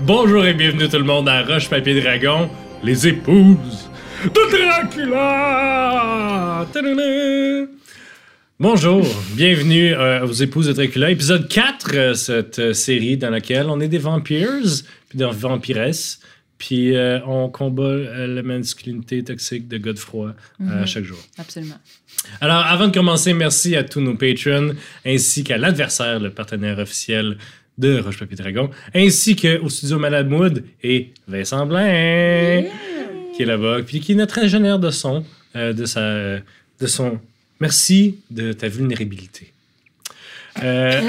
Bonjour et bienvenue tout le monde à Roche Papier Dragon, les épouses de Dracula! Tadadam! Bonjour, bienvenue euh, aux épouses de Dracula, épisode 4, euh, cette euh, série dans laquelle on est des vampires, puis des vampiresses, puis euh, on combat euh, la masculinité toxique de Godefroy euh, Mhm. chaque jour. Absolument. Alors, avant de commencer, merci à tous nos patrons, ainsi qu'à l'adversaire, le partenaire officiel de Roche Papier Dragon, ainsi qu'au studio Malade Mood et Vincent Blain, qui est là-bas, puis qui est notre ingénieur de son, euh, de, sa, euh, de son. Merci de ta vulnérabilité. Euh,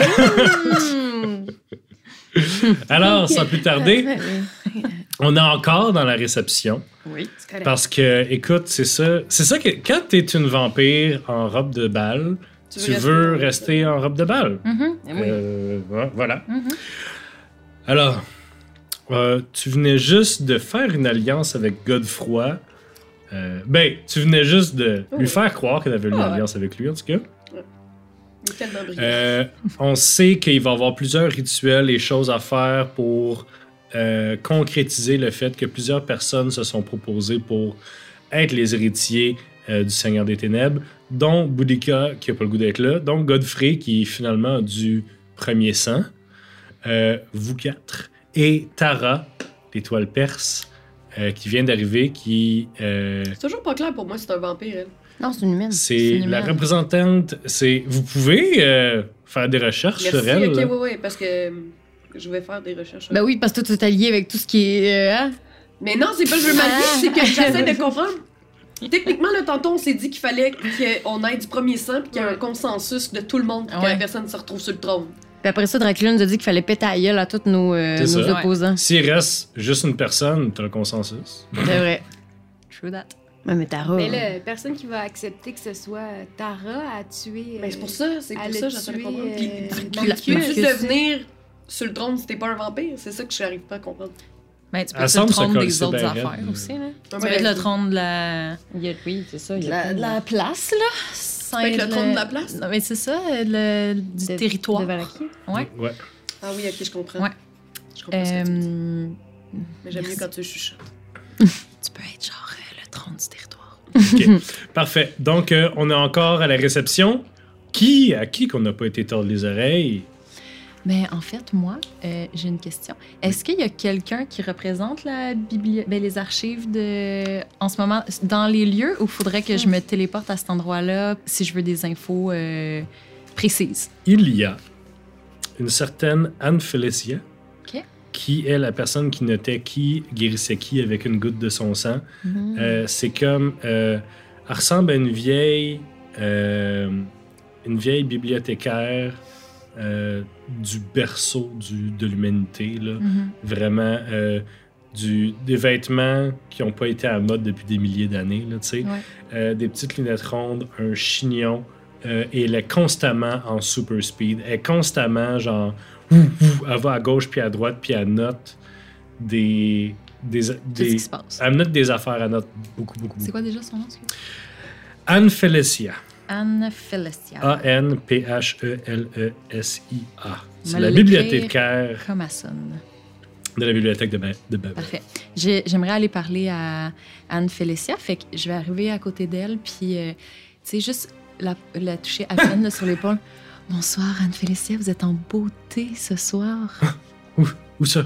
alors, sans plus tarder, on est encore dans la réception. Oui, c'est correct. Parce que, écoute, c'est ça. C'est ça que quand t'es une vampire en robe de bal, tu, Tu veux veux rester- rester en robe de bal. Mhm. Eh oui. Mm-hmm. Euh, vo- voilà. Mhm. Alors, euh, tu venais juste de faire une alliance avec Godefroy. Euh, ben, tu venais juste de lui Oh. faire croire qu'elle avait une Ah ouais. alliance avec lui, en tout cas. Mais quel nombril. Euh, on sait qu'il va y avoir plusieurs rituels et choses à faire pour euh, concrétiser le fait que plusieurs personnes se sont proposées pour être les héritiers euh, du Seigneur des Ténèbres, dont Boudica, qui n'a pas le goût d'être là, donc Godfrey, qui est finalement du premier sang, euh, vous quatre, et Tara, l'étoile perse, euh, qui vient d'arriver, qui... euh, C'est toujours pas clair pour moi si c'est un vampire, hein. elle. Non, c'est une Ah, humaine. c'est une la humaine. représentante. C'est vous pouvez euh, faire des recherches Merci, sur elle. ok, là. ouais, ouais, parce que euh, je vais faire des recherches. Ben oui, parce que toi, tu es allié avec tout ce qui est. euh, hein? Mais non, c'est pas que je veux mal dire, c'est que j'essaie Ah. de comprendre. Techniquement, le tantôt, on s'est dit qu'il fallait qu'on aille du premier sang puis qu'il y ait un consensus de tout le monde puis que Ouais. la personne se retrouve sur le trône. Puis après ça, Dracula nous a dit qu'il fallait péter la gueule à tous nos, euh, C'est nos ça. opposants. S'il reste juste une personne, t'as le consensus. C'est vrai. True that. Ouais, mais Tara. Mais hein. la personne qui va accepter que ce soit euh, Tara à euh, tuer. Ben, Mais Ben, c'est pour ça, c'est Elle pour a ça que j'essaie de tué, comprendre. euh, Puis, Marcus. tu veux juste Marcus. devenir sur le trône si t'es pas un vampire, c'est ça que je n'arrive pas à comprendre. Ben, tu peux Elle te semble se tromper des coller autres bien affaires raide. euh, aussi, là. Tu Tu peux être le trône de la. Oui, c'est ça. La- de la place, là. Ça peux être le trône de la place. Non, mais c'est ça, euh, le- du De- territoire. de Valaki. Ouais. Ouais. Ah oui, ok, je comprends. Ouais. Je comprends ce que tu dis. Euh, Mais j'aime mieux quand tu chuchotes. tu peux être genre euh, le trône du territoire. Parfait. Donc euh, on est encore à la réception. Qui à qui qu'on n'a pas été tordre les oreilles Mais Ben, en fait, moi, euh, j'ai une question. Est-ce qu'il y a quelqu'un qui représente la bibli... ben, les archives de... en ce moment dans les lieux où faudrait que je me téléporte à cet endroit-là si je veux des infos euh, précises? Il y a une certaine Anne Felicia, Ok. qui est la personne qui notait qui guérissait qui avec une goutte de son sang. Mm. Euh, c'est comme. euh, elle ressemble à une vieille. euh, une vieille bibliothécaire euh, du berceau du, de l'humanité, là. Mhm. Vraiment. euh, du, des vêtements qui n'ont pas été à la mode depuis des milliers d'années, là, tu sais. Ouais. Euh, des petites lunettes rondes, un chignon. euh, et elle est constamment en super speed. Elle est constamment, genre. ouf, ouf, Elle va à gauche puis à droite puis elle note des. Des, Qu'est-ce des, euh, qui se passe? elle note des affaires, elle note beaucoup, beaucoup, C'est beaucoup. quoi déjà son nom? excuse? Anne Felicia. Anne Felicia. Ah. E A-N-P-H-E-L-E-S-I-A. C'est va la l'écrire. bibliothécaire Comme elle sonne. de la bibliothèque de, Ba- de Babel. Parfait. J'ai- J'aimerais aller parler à Anne Felicia. Fait que je vais arriver à côté d'elle, puis, euh, tu sais, juste la, la toucher à peine là, sur l'épaule. Bonsoir, Anne Felicia. Vous êtes en beauté ce soir. Où ça?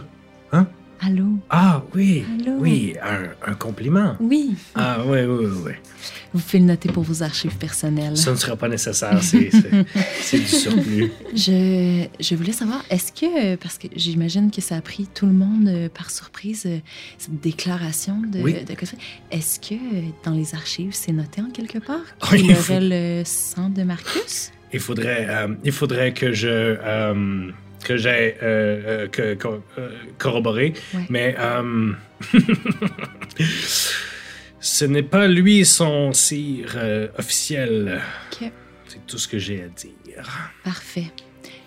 Allô? Ah oui! Allô? Oui, un, un compliment. Oui. Hmm. Ah oui, oui, oui, oui. Vous pouvez le noter pour vos archives personnelles. Ça ne sera pas nécessaire, c'est c'est- c'est du surplus. Je, je voulais savoir, est-ce que, parce que j'imagine que ça a pris tout le monde euh, par surprise, euh, cette déclaration de, Oui. de Godfrey. est-ce que euh, dans les archives, c'est noté en quelque part Ah, qu'il il faut- aurait le sang de Marcus? Il faudrait, euh, il faudrait que je... euh, que j'ai euh, euh, que- co- euh, corroboré, Ouais. mais euh, ce n'est pas lui son sire euh, officiel. Ok. C'est tout ce que j'ai à dire. Parfait.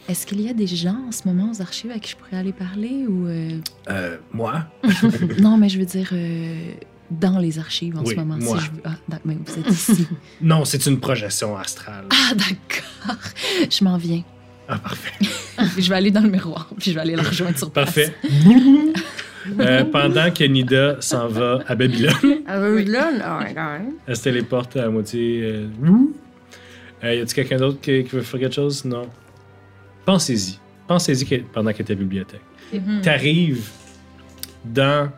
Est-ce qu'il y a des gens en ce moment aux archives à qui je pourrais aller parler ou... euh, Euh, moi? non, mais je veux dire, euh, dans les archives en Oui, ce moment. moi. je veux- Ah, d'ac- mais vous êtes ici. Non, c'est une projection astrale. ah, d'accord. Je m'en viens. Ah, parfait. je vais aller dans le miroir, puis je vais aller la rejoindre sur place. Parfait. euh, pendant que Nida s'en va à Babylone. Ah, Babylone? Ah, ouais, quand même. Elle se téléporte à moitié. Euh, ouh. Euh, y a-t-il quelqu'un d'autre qui, qui veut faire quelque chose? Non. Pensez-y. Pensez-y que- pendant qu'elle est à la bibliothèque. Mhm. T'arrives dans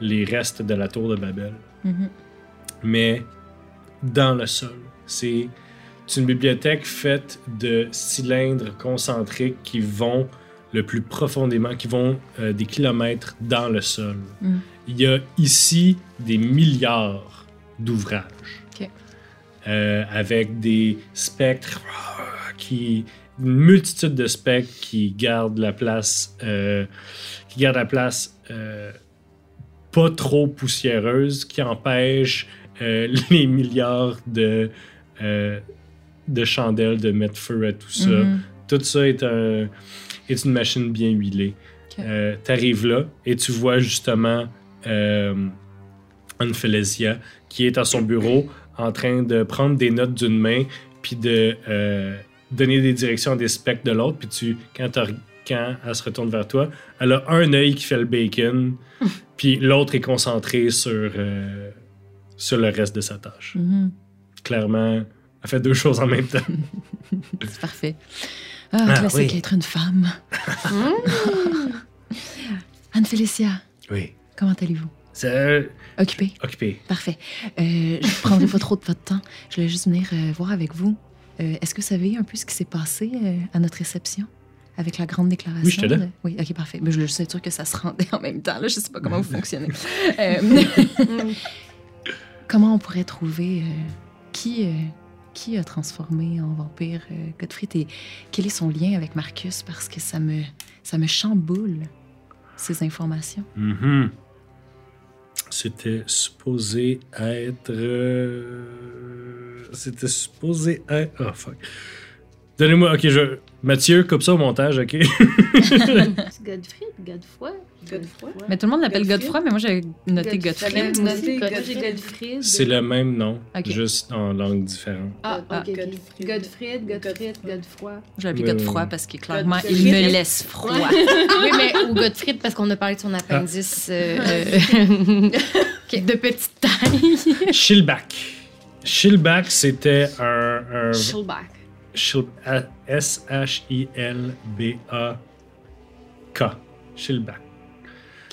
les restes de la tour de Babel, Mhm. mais dans le sol. C'est une bibliothèque faite de cylindres concentriques qui vont le plus profondément, qui vont euh, des kilomètres dans le sol. Mhm. Il y a ici des milliards d'ouvrages Ok. Euh, avec des spectres qui une multitude de spectres qui gardent la place euh, qui gardent la place euh, pas trop poussiéreuse qui empêche euh, les milliards de euh, de chandelles de mettre feu à tout ça Mhm. tout ça est, un- est une machine bien huilée. Ok. Euh, T'arrives là et tu vois justement euh, Anne Felesia qui est à son bureau en train de prendre des notes d'une main puis de euh, donner des directions à des specs de l'autre. Puis tu, quand, t'as- quand elle se retourne vers toi, elle a un œil qui fait le bacon puis l'autre est concentré sur, euh, sur le reste de sa tâche. Mhm. Clairement, elle fait deux choses en même temps. C'est parfait. Ah, Ah, classique oui. être une femme. Anne Félicia, Oui. comment allez-vous? C'est Occupée? occupé. Parfait. Euh, je ne prendrai pas trop de votre temps. Je voulais juste venir euh, voir avec vous. Euh, Est-ce que vous savez un peu ce qui s'est passé euh, à notre réception avec la grande déclaration? Oui, j'étais là. de- Oui, ok, parfait. Mais je voulais juste être sûre que ça se rendait en même temps. Là. Je ne sais pas comment vous fonctionnez. Euh, comment on pourrait trouver euh, qui, euh, qui a transformé en vampire euh, Gottfried et quel est son lien avec Marcus? Parce que ça me, ça me chamboule, ces informations. Mhm. C'était supposé être. euh, C'était supposé être. Oh fuck. Donnez-moi. Ok, je. Mathieu, coupe ça au montage, ok? C'est Godfried, Godfrey. Godefroy? Mais tout le monde l'appelle l'appelle Godefroy, Godfrey, mais moi j'ai noté Godfrey. Godfrey. Moi aussi, Godfrey. moi, j'ai Godfried. C'est le même nom, Ok. juste en langue différente. Ah, Ah, ok, Godfrey. ok. Godfried, Godfried, Godefroy. Ah Je l'appelle Ouais, Godefroy ouais. parce que clairement, Godfrey. il me laisse froid. Oui, mais ou Gottfried, parce qu'on a parlé de son appendice Ah. euh, euh, de petite taille. Shilbach. Shilbach, c'était un. un- Shilbach. Shil- A- S-H-I-L-B-A-K. Shilbach.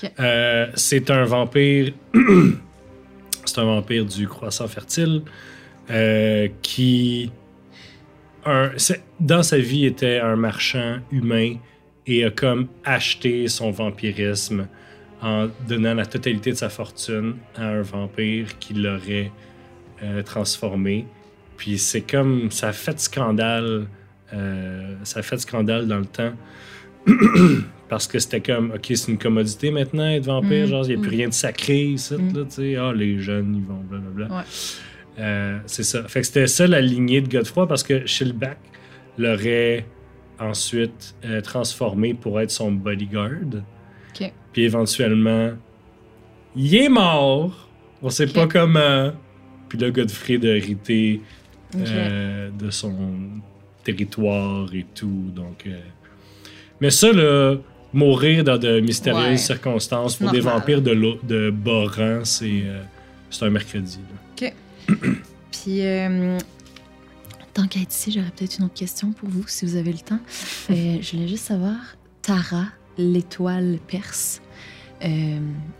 Ok. Euh, c'est un vampire. c'est un vampire du croissant fertile euh, qui. un- c'est- dans sa vie, était un marchand humain et a comme acheté son vampirisme en donnant la totalité de sa fortune à un vampire qui l'aurait euh, transformé. Puis c'est comme ça a fait scandale, euh, ça a fait scandale dans le temps. Parce que c'était comme, ok, c'est une commodité maintenant, être vampire, Mm, genre, il n'y a plus mm. rien de sacré ici, Mm. là, tu sais, ah, les jeunes, ils vont, blablabla. Ouais. Euh, c'est ça. Fait que c'était ça la lignée de Godefroy, parce que Shilbach l'aurait ensuite euh, transformé pour être son bodyguard. Ok. Puis éventuellement, il est mort. On sait Ok. pas comment. Puis là, Godfrey a hérité Ok. euh, de son territoire et tout. Donc, euh, Mais ça, là, mourir dans de mystérieuses Ouais. circonstances pour des Normal. vampires de, l'eau- de Boran, c'est euh, c'est un mercredi. là. Puis, euh, tant qu'à être ici, j'aurais peut-être une autre question pour vous, si vous avez le temps. Euh, je voulais juste savoir, Tara, l'étoile perse, euh,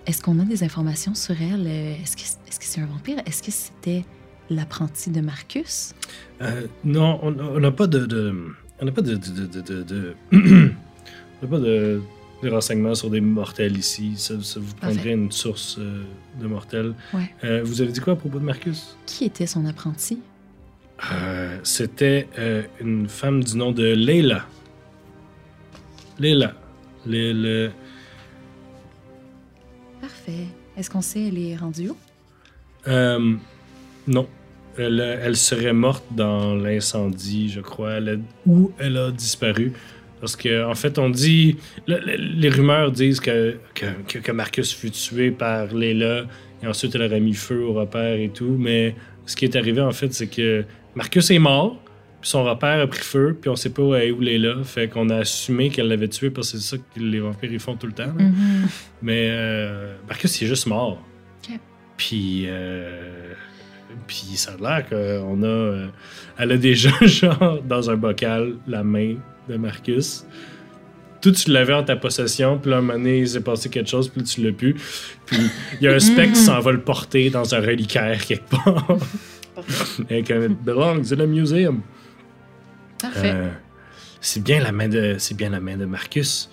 est-ce qu'on a des informations sur elle? Euh, Est-ce que est-ce que c'est un vampire? Est-ce que c'était l'apprenti de Marcus? Euh, non, on- on n'a pas de, de- On n'a pas de. de- de- de- de- de- on n'a pas de, de renseignements sur des mortels ici. Ça, ça vous Parfait. prendrait une source euh, de mortels. Ouais. Euh, vous avez dit quoi à propos de Marcus? Qui était son apprenti? Euh, C'était euh, une femme du nom de Leila. Leila. Le, le- Parfait. Est-ce qu'on sait elle est rendue où? euh, non. Elle, elle serait morte dans l'incendie, je crois, Elle a- ou elle a disparu. Parce que, en fait, on dit. le- le- les rumeurs disent que, que- que- que Marcus fut tué par Leila et ensuite elle aurait mis feu au repère et tout. Mais ce qui est arrivé, en fait, c'est que Marcus est mort, Puis son repère a pris feu, puis on sait pas où elle est, où elle est là. Fait qu'on a assumé qu'elle l'avait tué parce que c'est ça que les vampires ils font tout le temps. là. Mhm. Mais euh, Marcus il est juste mort. Ok. Puis, euh, puis ça a l'air qu'on a. euh, elle a déjà, genre, dans un bocal, la main de Marcus. Tout, tu l'avais en ta possession, puis là, un moment donné, il s'est passé quelque chose, puis là, tu l'as pu. Puis il y a un spectre qui s'en va le porter dans un reliquaire quelque part. Avec un It belongs in a museum. Parfait. Euh, c'est bien la main de, c'est bien la main de Marcus.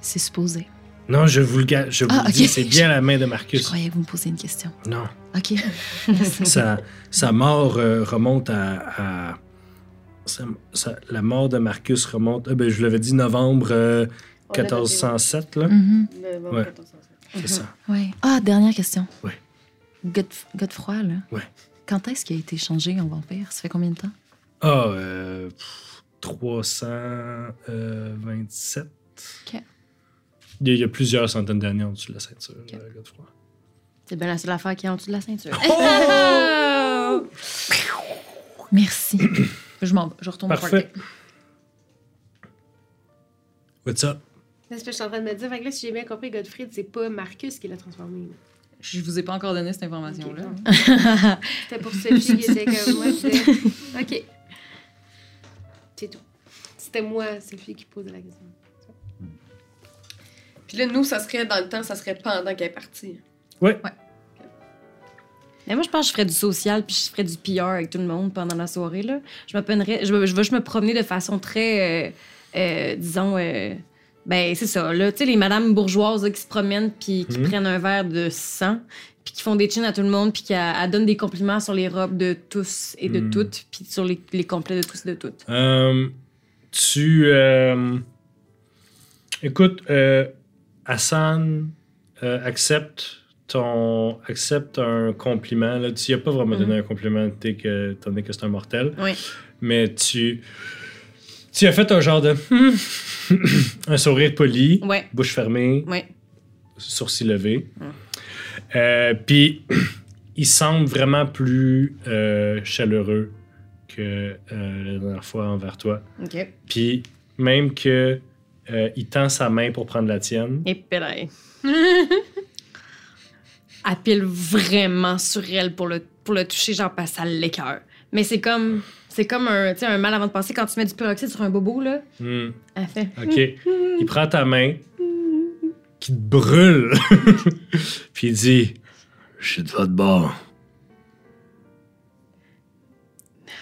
C'est supposé. Non, je vous le, ga- je vous Ah, le dis, ok. c'est bien la main de Je Marcus. croyais que vous me posiez une question. Non. OK. sa, sa mort euh, remonte à. à- sa- sa- la mort de Marcus remonte. euh, ben, je vous l'avais dit, novembre euh, On l'a 1407, là. Mhm. noté. Le- bon, Ouais. 1407. C'est ça. Ouais. Ah, dernière question. Ouais. Godef- Godefroy, là. Ouais. Quand est-ce qu'il a été changé en vampire? Ça fait combien de temps? Ah, euh, pff, 327. Ok. Il y, a, il y a plusieurs centaines d'années en dessous de la ceinture, euh, Godefroy. C'est bien la seule affaire qui est en dessous de la ceinture. Oh! Merci. je m'en vais. Je retourne au Parfait. party. What's up? C'est ce que je suis en train de me dire. Fait que là, si j'ai bien compris, Godfried, c'est pas Marcus qui l'a transformé. Je vous ai pas encore donné cette information-là. Ok, bon. C'était pour Sophie qui était comme moi. c'était- OK. C'est tout. C'était moi, Sophie, qui posait la question. Puis là, nous, ça serait dans le temps, ça serait pendant qu'elle est partie. Mais moi, je pense que je ferais du social puis je ferais du PR avec tout le monde pendant la soirée. Là. Je m'appellerais, je, vais- je vais juste me promener de façon très, euh, euh, disons, euh, ben c'est ça. Là, tu sais, les madames bourgeoises là, qui se promènent puis qui Mhm. prennent un verre de sang puis qui font des chins à tout le monde puis qui a- elle donnent des compliments sur les robes de tous et de Mhm. toutes puis sur les, les complets de tous et de toutes. Euh, tu. euh, écoute, euh, Hassan euh, accepte ton accepte un compliment. Là, tu n'y as pas vraiment donné un compliment, t'es que- étant donné que c'est un mortel. Oui. Mais tu. Tu as fait un genre de. un sourire poli, Ouais, bouche fermée, ouais. sourcils levés. Euh, Puis, il semble vraiment plus euh, chaleureux que euh, la dernière fois envers toi. OK. Puis même que euh, il tend sa main pour prendre la tienne. Et pelle. Appelle vraiment sur elle pour le, pour le toucher, genre parce que ça l'écoeure. Mais c'est comme c'est comme un, tu sais, un mal avant de passer quand tu mets du peroxyde sur un bobo là. Hmm, Elle fait. ok. Il prend ta main qui te brûle. Puis il dit Je suis de votre bord.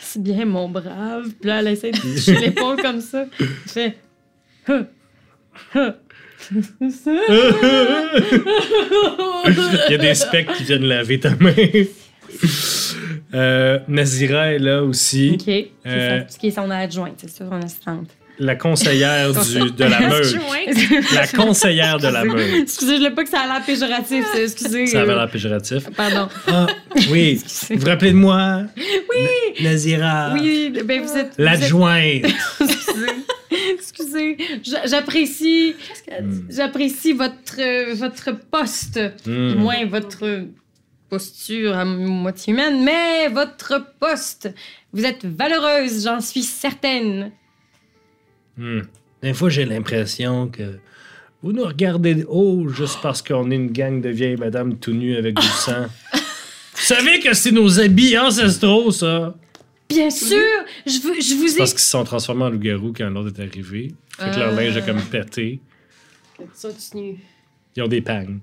C'est bien mon brave. Puis là elle essaie de toucher l'épaule comme ça. Elle fait. Huh. Huh. il y a des specs qui viennent laver ta main. Euh, Nazira est là aussi. ok. Qui Euh. est son- Qui est son adjointe, c'est sûr, son assistante. La conseillère du, de la meute. La conseillère de la meute. Excusez, je voulais pas que ça a l'air péjoratif. c'est- Excusez. Ça avait l'air péjoratif. Pardon. Ah, oui. Vous Excusez. vous rappelez de moi? Oui! Nazira. Oui, ben vous êtes. vous êtes- Ah. L'adjointe. Excusez, j'a- j'apprécie, Qu'est-ce qu'elle dit? j'apprécie votre euh, votre poste, Mm. moins votre euh, posture à moitié humaine, mais votre poste. Vous êtes valeureuse, j'en suis certaine. Mm. Des fois, j'ai l'impression que vous nous regardez de haut juste parce qu'on est une gang de vieilles madames tout nues avec du sang. Vous savez que c'est nos habits ancestraux, ça! Bien sûr, je vous, je vous C'est ai. parce qu'ils se sont transformés en loup-garou quand l'autre est arrivé. Fait que leur Euh. linge a comme pété. Ils sont tous nus. Ils ont des pagnes.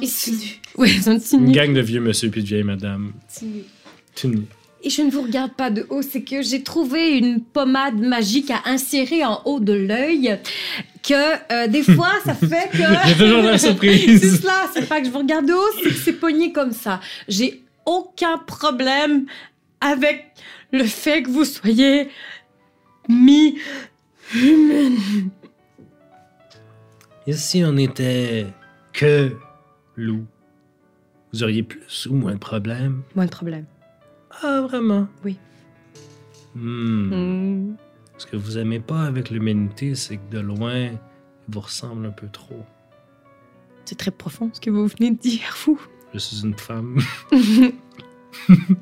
Ils sont- Oui, ils sont Une nus. gang de vieux monsieur puis de vieilles madames. Tout nus. Et je ne vous regarde pas de haut, c'est que j'ai trouvé une pommade magique à insérer en haut de l'œil que euh, des fois ça fait que. J'ai toujours la C'est surprise. cela, c'est pas que je vous regarde de haut, c'est que c'est pogné comme ça. J'ai aucun problème avec le fait que vous soyez mi humaine. Et si on était que loup, vous auriez plus ou moins de problèmes? Moins de problème. Ah, vraiment? Oui. Hmm. Ce que vous aimez pas avec l'humanité, c'est que de loin, il vous ressemble un peu trop. C'est très profond ce que vous venez de dire, vous. Je suis une femme.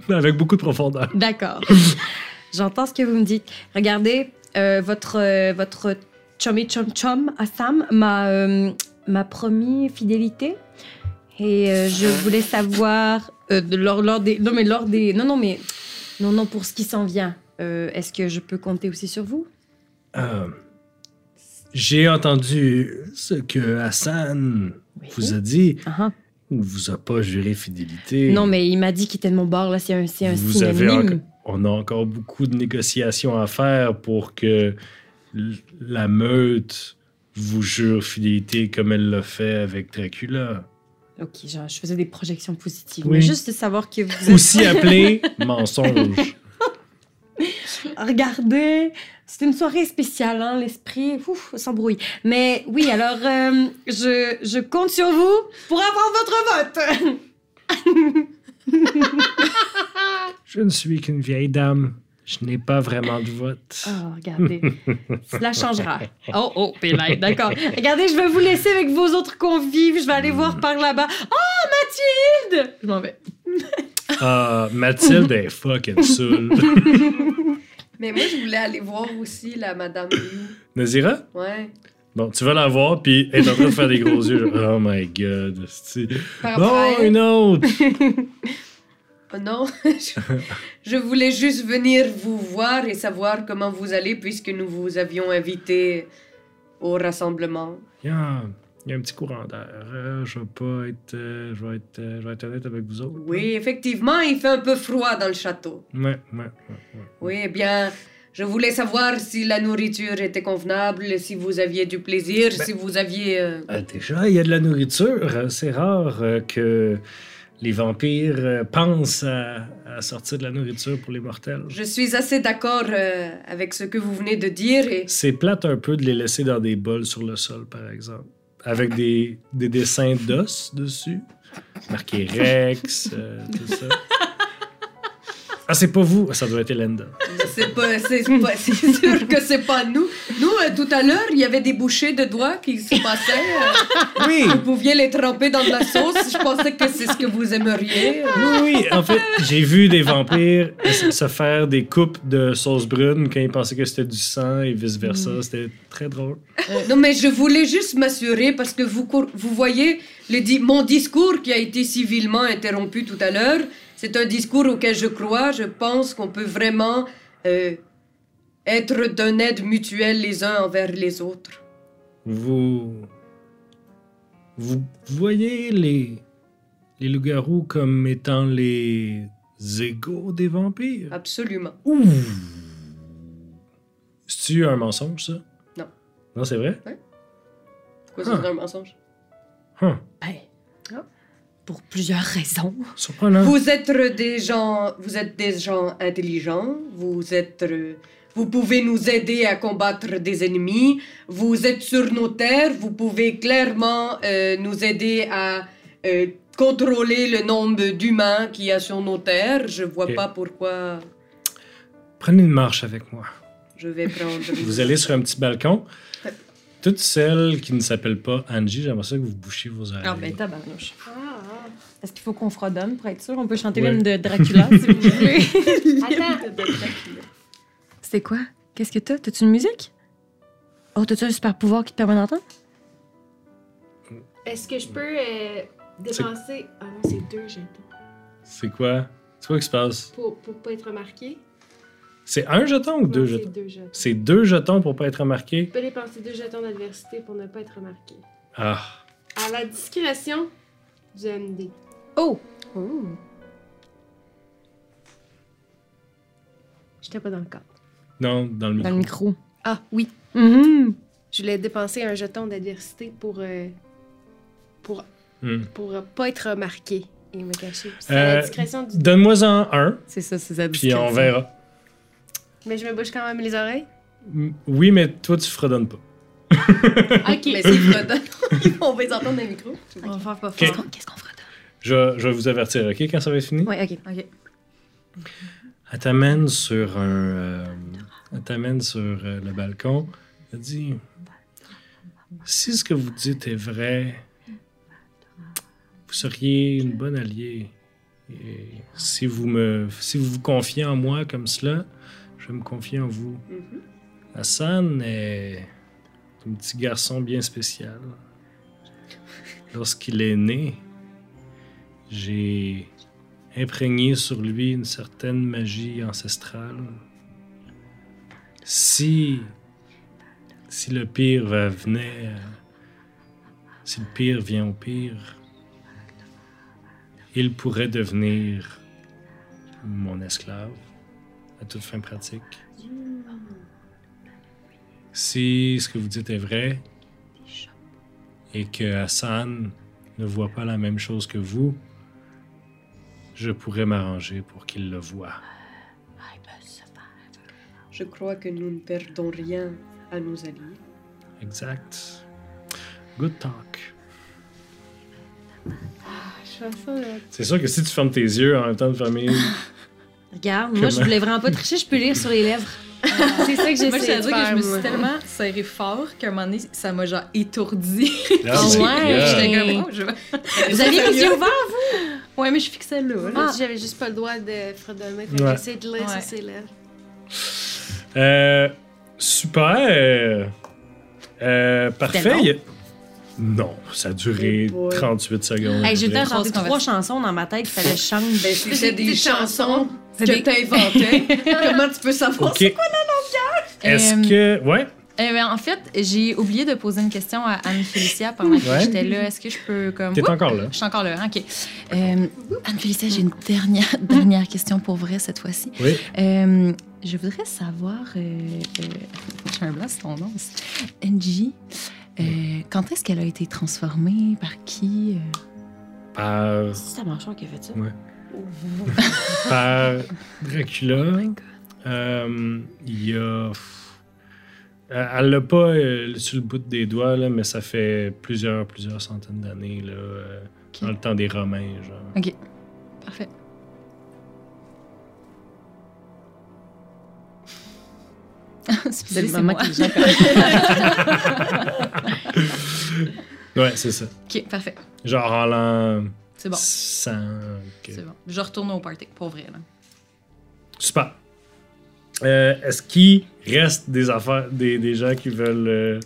avec beaucoup de profondeur. D'accord. J'entends ce que vous me dites. Regardez, euh, votre, euh, votre chummy chum chum à Sam m'a euh, m'a promis fidélité. Et euh, je voulais savoir, euh, de- lors, lors des. Non, mais lors des. Non, non, mais. Non, non, pour ce qui s'en vient. euh, Est-ce que je peux compter aussi sur vous? Euh, J'ai entendu ce que Hassan vous a dit. Ah, ah. Il ne vous a pas juré fidélité. Non, mais il m'a dit qu'il était de mon bord, là. C'est un, c'est un vous avez synonyme. enco- on a encore beaucoup de négociations à faire pour que l- la meute vous jure fidélité comme elle l'a fait avec Dracula. Ok, genre, je faisais des projections positives. Oui. Mais juste de savoir que vous êtes... Aussi appelé mensonge. Regardez, c'est une soirée spéciale, hein, l'esprit ouf, s'embrouille. Mais oui, alors, euh, je, je compte sur vous pour avoir votre vote. Je ne suis qu'une vieille dame. Je n'ai pas vraiment de vote. Oh, regardez, cela changera. Oh, oh, Péline, d'accord. Regardez, je vais vous laisser avec vos autres convives, je vais aller voir par là-bas. Oh, Mathilde! Je m'en vais. Ah, Mathilde est fucking saoule. Mais moi, je voulais aller voir aussi la Madame Liu. Nazira? Ouais. Bon, tu vas la voir, puis elle est en train de faire des gros yeux. genre, Oh my god. c'est- Par rapport à Non, elle. une autre. Oh non, je, je voulais juste venir vous voir et savoir comment vous allez puisque nous vous avions invité au rassemblement. Il y, a un, il y a un petit courant d'air. Euh, je vais pas être. euh, je, vais être euh, je vais être honnête avec vous autres. Oui, effectivement, il fait un peu froid dans le château. Ouais, ouais, ouais. Oui, eh bien, je voulais savoir si la nourriture était convenable, si vous aviez du plaisir, si vous aviez... euh, Euh, déjà, il y a de la nourriture. Euh, C'est rare euh, que les vampires euh, pensent à, à sortir de la nourriture pour les mortels. Je suis assez d'accord euh, avec ce que vous venez de dire et... C'est plate un peu de les laisser dans des bols sur le sol, par exemple. Avec des, des dessins d'os dessus. Marqué Rex, euh, tout ça. Ah, c'est pas vous. Ça doit être Elenda. C'est pas, c'est pas- c'est sûr que c'est pas nous. Nous, euh, tout à l'heure, il y avait des bouchées de doigts qui se passaient. euh, Oui! vous pouviez les tremper dans de la sauce. Je pensais que c'est ce que vous aimeriez. Oui, oui. En fait, j'ai vu des vampires se se faire des coupes de sauce brune quand ils pensaient que c'était du sang et vice-versa. C'était très drôle. Non, mais je voulais juste m'assurer parce que vous, cour- vous voyez, le di- mon discours qui a été civilement interrompu tout à l'heure, c'est un discours auquel je crois. Je pense qu'on peut vraiment euh, être d'un aide mutuelle les uns envers les autres. Vous. Vous voyez les. Les loups-garous comme étant les égaux des vampires? Ah. Absolument. Ouh! C'est-tu un mensonge, ça? Non. Non, c'est vrai? Pourquoi c'est Ah. un mensonge? Hum, Ben, pour plusieurs raisons. Surprenant. Vous êtes des gens, vous êtes des gens intelligents. Vous êtes, euh, vous pouvez nous aider à combattre des ennemis. Vous êtes sur nos terres. Vous pouvez clairement euh, nous aider à euh, contrôler le nombre d'humains qu'il y a sur nos terres. Je vois Ok. pas pourquoi Prenez une marche avec moi. je vais prendre. Vous allez sur un petit balcon. Toutes celles qui ne s'appellent pas Angie, j'aimerais ça que vous bouchiez vos oreilles. Ah, ben, tabarnouche. Ah, Est-ce qu'il faut qu'on fredonne pour être sûr? On peut chanter Ouais. l'hymne de Dracula, si vous voulez. Attends, C'est quoi? Qu'est-ce que t'as? T'as-tu une musique? Oh, t'as-tu un super pouvoir qui te permet d'entendre? est-ce que je peux euh, dépenser. Ah non, c'est deux jetons. C'est quoi? C'est quoi qui se passe? Pour, pour pas être remarqué. C'est un jeton ou Non, deux c'est jetons? deux jetons. C'est deux jetons pour pas être remarqué? Je peux dépenser deux jetons d'adversité pour ne pas être remarqué. Ah. À la discrétion du MD. Oh! J'étais pas dans le cadre. Non, dans le micro. Dans le micro. Ah oui, Mm-hmm. Mhm. je voulais dépenser un jeton d'adversité pour euh, pour Hum. pour euh, pas être remarqué et me cacher. C'est à Euh, la discrétion du. Donne-moi en un, C'est ça, c'est ça. puis on verra. Mais je me bouche quand même les oreilles. Mm, Oui, mais toi, tu fredonnes pas. Ok. Mais c'est fredon. On va les entendre dans le micro. On va faire pas Ok. fort. Qu'est-ce qu'on fredonne? Je, je vais vous avertir, OK, quand ça va être fini? Oui, ok. ok. Elle t'amène sur un. euh, elle t'amène sur euh, le balcon. Elle dit Si ce que vous dites est vrai, vous seriez une bonne alliée. Et si vous me, si vous vous confiez en moi comme cela, je Je me confie en vous. Mhm. Mm-hmm. Hassan est un petit garçon bien spécial. Lorsqu'il est né, j'ai imprégné sur lui une certaine magie ancestrale. Si, si le pire va- venait, euh, si le pire vient au pire, il pourrait devenir mon esclave à toute fin pratique. Si ce que vous dites est vrai et que Hassan ne voit pas la même chose que vous, je pourrais m'arranger pour qu'il le voie. Je crois que nous ne perdons rien à nos alliés. Exact. Good talk. Ah, Je fais ça, là. C'est sûr que si tu fermes tes yeux en même temps de famille, Regarde, moi, je Comment? voulais vraiment pas tricher, je peux lire sur les lèvres. C'est ça que Moi, je j'essaie tiens à de dire dire que je me suis tellement serrée fort qu'à un moment donné, ça m'a genre étourdie. Ah c'est- ouais? yeah. J'étais comme, oh, je vais- Vous aviez les yeux ouverts? Ouais, mais je fixais là. là. Moi, J'avais juste pas le droit de fredonner. Fait que Ouais. j'essaie de lire Ouais. sur ses lèvres. Euh, super. Euh, C'était parfait. long. Il y a- Non, ça a duré Oh boy. 38 secondes. Hey, j'ai eu le temps de Grosse chanter trois conversation. chansons dans ma tête, il fallait que je chante. Ben, c'était des chansons C'est que des- t'inventais. Comment tu peux Oh, savoir Ok. Est-ce Euh, Euh, que. Ouais. Eh ben, en fait, j'ai oublié de poser une question à Anne-Félicia pendant que Ouais. j'étais là. Est-ce que je peux comme... T'es Oups! encore là. Je suis encore là, hein, OK. Euh, Anne-Félicia, j'ai une dernière, dernière question pour vrai cette fois-ci. Oui. Euh, je voudrais savoir... Euh, euh, j'ai un blanc sur ton nom. aussi. Angie, euh, quand est-ce qu'elle a été transformée? Par qui? Euh, Par. C'est ta manchon qui a fait ça. par Oh Dracula. Euh, Il y a. pff, euh, Elle l'a pas euh, sur le bout des doigts, là, mais ça fait plusieurs, plusieurs centaines d'années, là, euh, Ok. dans le temps des Romains, genre. Parfait. C'est le Excusez, moment moi. que les gens Ouais, c'est ça. OK, parfait. Genre en l'an C'est bon. 100. ok. C'est bon. Je retourne au party, pour vrai. Là. Super. Euh, Est-ce qu'il reste des affaires, des, des gens qui veulent. euh,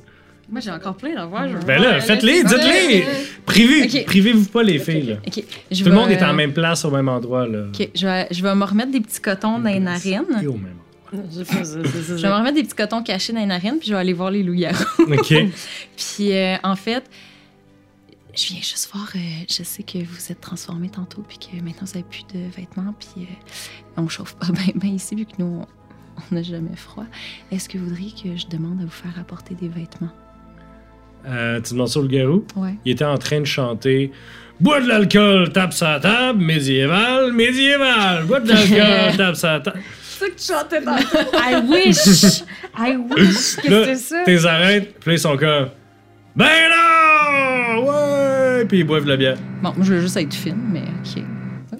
Moi, j'ai encore plein d'envois. Ben là, faites-les, dites-les! Privez, Ok. privez-vous pas, les filles, là. OK. Tout le monde est en même place, au même endroit, là. euh, OK, je vais, je vais me remettre des petits cotons dans les Et narines. au même Je vais me remettre des petits cotons cachés dans les narines, puis je vais aller voir les loups-garous. endroit. OK. Puis, euh, en fait, je viens juste voir, euh, je sais que vous êtes transformés tantôt, puis que maintenant, vous n'avez plus de vêtements, puis euh, on chauffe pas bien ben ici, vu que nous, on- on n'a jamais froid. Est-ce que vous voudriez que je demande à vous faire apporter des vêtements? Euh, tu demandes ça au garou? Ouais. Il était en train de chanter Bois de l'alcool, tape sa table, médiéval, médiéval, bois de l'alcool, tape sa table. C'est ça que tu chantais dans I wish! I wish! Qu'est-ce que Là, c'est ça? Tes arrêtes, puis là, ils sont comme Ben non! Ouais! Puis ils boivent de la bière. Bon, moi, je veux juste être fine, mais OK.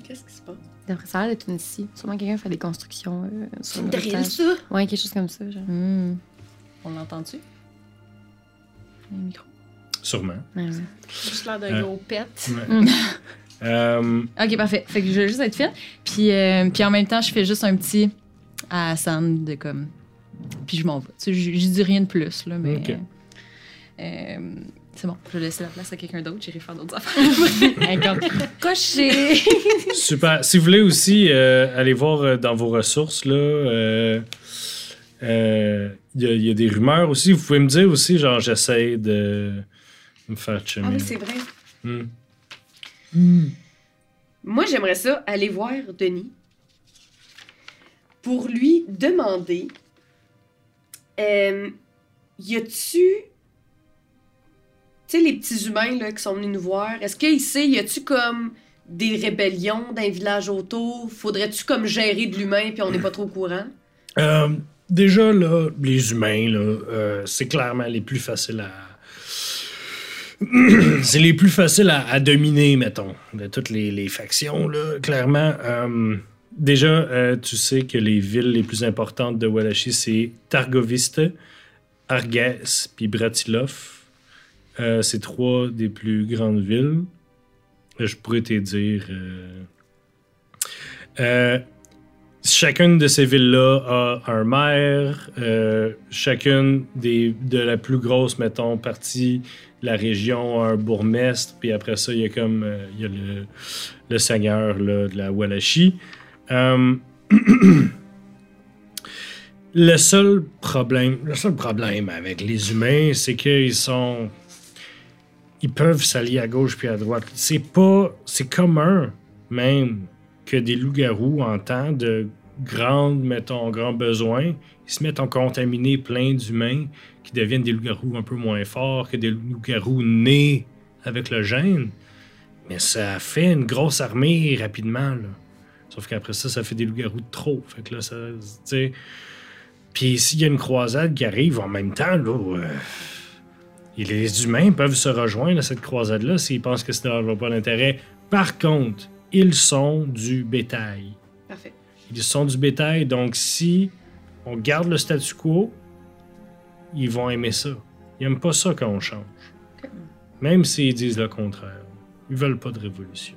Qu'est-ce qui se passe? D'après ça a l'air d'être une scie. Sûrement quelqu'un fait des constructions euh, sur le Drill, terre. ça? Ouais, quelque chose comme ça. Genre. Hmm. On l'entend-tu? Le micro. Sûrement. Ouais, ouais. J'ai juste l'air d'un Euh. gros pet. Ouais. Euh, Ok, parfait. Fait que je veux juste être fine. Puis, euh, puis en même temps, je fais juste un petit à Sam de comme. Puis je m'en vais. Tu sais, je je dis rien de plus, là, mais. Ok. euh, c'est bon, je vais laisser la place à quelqu'un d'autre, j'irai faire d'autres affaires. Coché! Super. Si vous voulez aussi euh, aller voir euh, dans vos ressources, là, euh, euh, il y, a- il y a des rumeurs aussi. Vous pouvez me dire aussi, genre, j'essaie de me faire chummer. Ah oui, c'est vrai. Hmm. Moi, j'aimerais ça aller voir Denis pour lui demander euh, y a-tu. Tu sais, les petits humains là, qui sont venus nous voir, est-ce qu'il sait, y a-tu comme des rébellions d'un village autour Faudrait-tu comme gérer de l'humain puis on n'est pas trop au courant Euh, déjà, là, les humains, là, euh, c'est clairement les plus faciles à. c'est les plus faciles à, à dominer, mettons, de toutes les, les factions, là, clairement. Euh, déjà, euh, tu sais que les villes les plus importantes de Wallachie, c'est Targoviste, Argas, puis Bratilov. Euh, c'est trois des plus grandes villes. Je pourrais te dire. euh, euh, Chacune de ces villes-là a un maire. euh, chacune des, de la plus grosse, mettons, partie de la région a un bourgmestre. Puis après ça, il y a comme euh, il y a le, le seigneur là, de la Wallachie. Euh, le seul problème, le seul problème avec les humains, c'est qu'ils sont, ils peuvent s'allier à gauche puis à droite. C'est pas, c'est commun même que des loups-garous en temps de grandes, mettons, grands besoins, ils se mettent en contaminer plein d'humains qui deviennent des loups-garous un peu moins forts que des loups-garous nés avec le gène. Mais ça fait une grosse armée rapidement, là. Sauf qu'après ça, ça fait des loups-garous de trop. Fait que là, ça, tu sais... Puis s'il y a une croisade qui arrive en même temps, là... euh, et les humains peuvent se rejoindre à cette croisade-là s'ils pensent que ça ne leur a pas d'intérêt. Par contre, ils sont du bétail. Parfait. Ils sont du bétail, donc si on garde le statu quo, ils vont aimer ça. Ils n'aiment pas ça quand on change. Même s'ils disent le contraire. Ils veulent pas de révolution.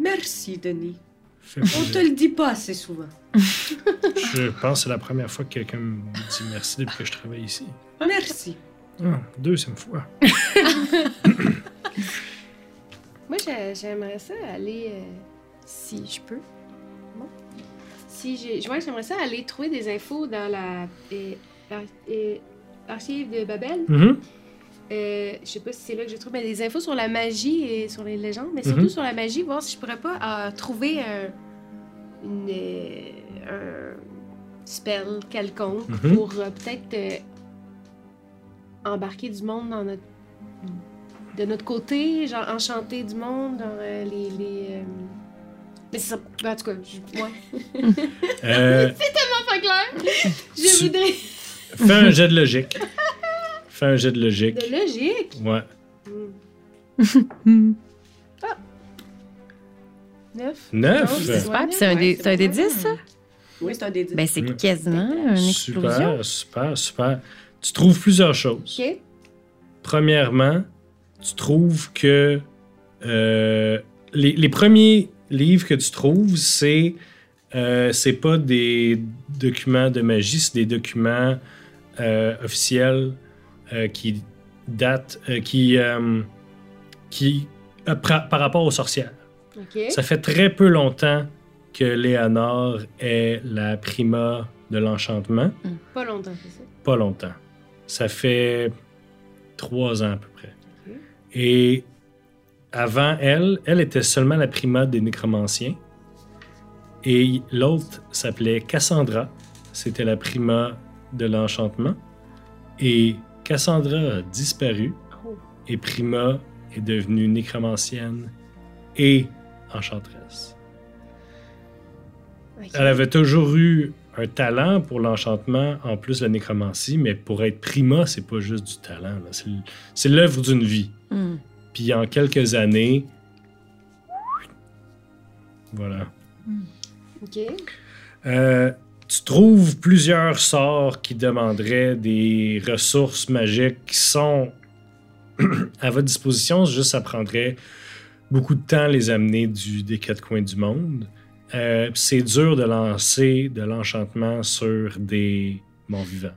Merci, Denis. Fait On plaisir. te le dit pas assez souvent. Je pense que c'est la première fois que quelqu'un me dit merci depuis que je travaille ici. Merci. Ah, deuxième fois. Moi, j'a- j'aimerais ça aller, euh, si je peux. Bon. Si j'ai, ouais, j'aimerais ça aller trouver des infos dans la et, ar- et- archive de Babel. Mhm. Euh, je sais pas si c'est là que je trouve, mais des infos sur la magie et sur les légendes, mais surtout Mhm. sur la magie, voir si je pourrais pas euh, trouver un, une, euh, un spell quelconque Mhm. pour euh, peut-être euh, embarquer du monde dans notre, de notre côté, genre enchanter du monde dans euh, les. les euh, mais c'est ça. ben, en tout cas, je, ouais. Euh, pas clair. Je Tu- voudrais. fais un jet de logique. Fais un jet de logique. De logique. Ouais. Hmm. Hmm. Neuf. Neuf? Non, J'espère. Ah, Puis c'est un des- c'est c'est un des bon. 10, ça? Oui, c'est un des dix. Ben, c'est Mm. quasiment une explosion. Super, super, super. Tu trouves plusieurs choses. Ok. Premièrement, tu trouves que euh, les, les premiers livres que tu trouves, c'est euh, c'est pas des documents de magie, c'est des documents euh, officiels euh, qui datent, euh, qui, euh, qui euh, pra- par rapport aux sorcières. Ok. Ça fait très peu longtemps que Léonore est la prima de l'enchantement. Pas longtemps, c'est ça. Pas longtemps. Ça fait trois ans à peu près. Ok. Et avant elle, elle était seulement la prima des nécromanciens. Et l'autre s'appelait Cassandra. C'était la prima de l'enchantement. Et Cassandra a disparu. Oh. Et Prima est devenue nécromancienne et enchanteresse. Ok. Elle avait toujours eu un talent pour l'enchantement, en plus de la nécromancie, mais pour être prima, c'est pas juste du talent. là. C'est l- C'est l'œuvre d'une vie. Mm. Puis en quelques années. Voilà. Ok. Euh, tu trouves plusieurs sorts qui demanderaient des ressources magiques qui sont à votre disposition, juste ça prendrait beaucoup de temps à les amener du, des quatre coins du monde. Euh, c'est dur de lancer de l'enchantement sur des morts vivants.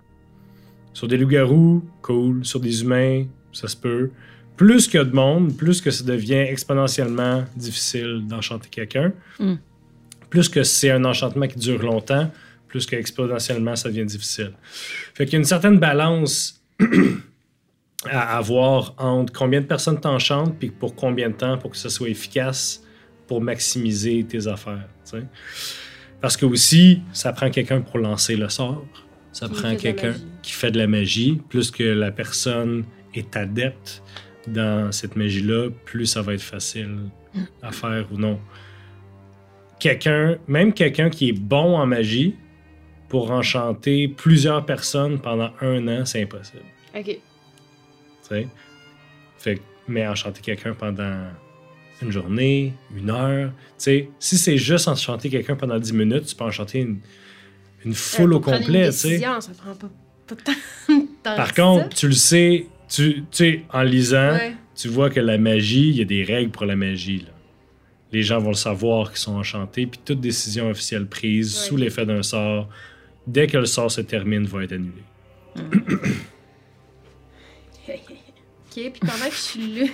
Sur des loups-garous, cool. Sur des humains, ça se peut. Plus qu'il y a de monde, plus que ça devient exponentiellement difficile d'enchanter quelqu'un. Mm. Plus que c'est un enchantement qui dure longtemps, plus que exponentiellement ça devient difficile. Fait qu'il y a une certaine balance à avoir entre combien de personnes t'enchantent puis pour combien de temps pour que ça soit efficace pour maximiser tes affaires. tu sais. Parce que aussi, ça prend quelqu'un pour lancer le sort. Ça Qui prend fait de la quelqu'un magie. qui fait de la magie. Plus que la personne est adepte dans cette magie-là, plus ça va être facile à faire ou non. Quelqu'un, même quelqu'un qui est bon en magie, pour enchanter plusieurs personnes pendant un an, c'est impossible. Ok. tu sais. Fait, que- mais enchanter quelqu'un pendant une journée, une heure, tu sais, si c'est juste enchanter quelqu'un pendant 10 minutes, tu peux enchanter une, une foule Euh, au pour prendre complet. Une tu sais. décision, ça prend pas, pas de temps. tant Par que ça. contre, hein? tu le sais, tu, tu sais, en lisant, Ouais. tu vois que la magie, il y a des règles pour la magie. là. les gens vont le savoir qu'ils sont enchantés, puis toute décision officielle prise Ouais. sous l'effet d'un sort, dès que le sort se termine, va être annulée. Ok, puis pendant que je suis là.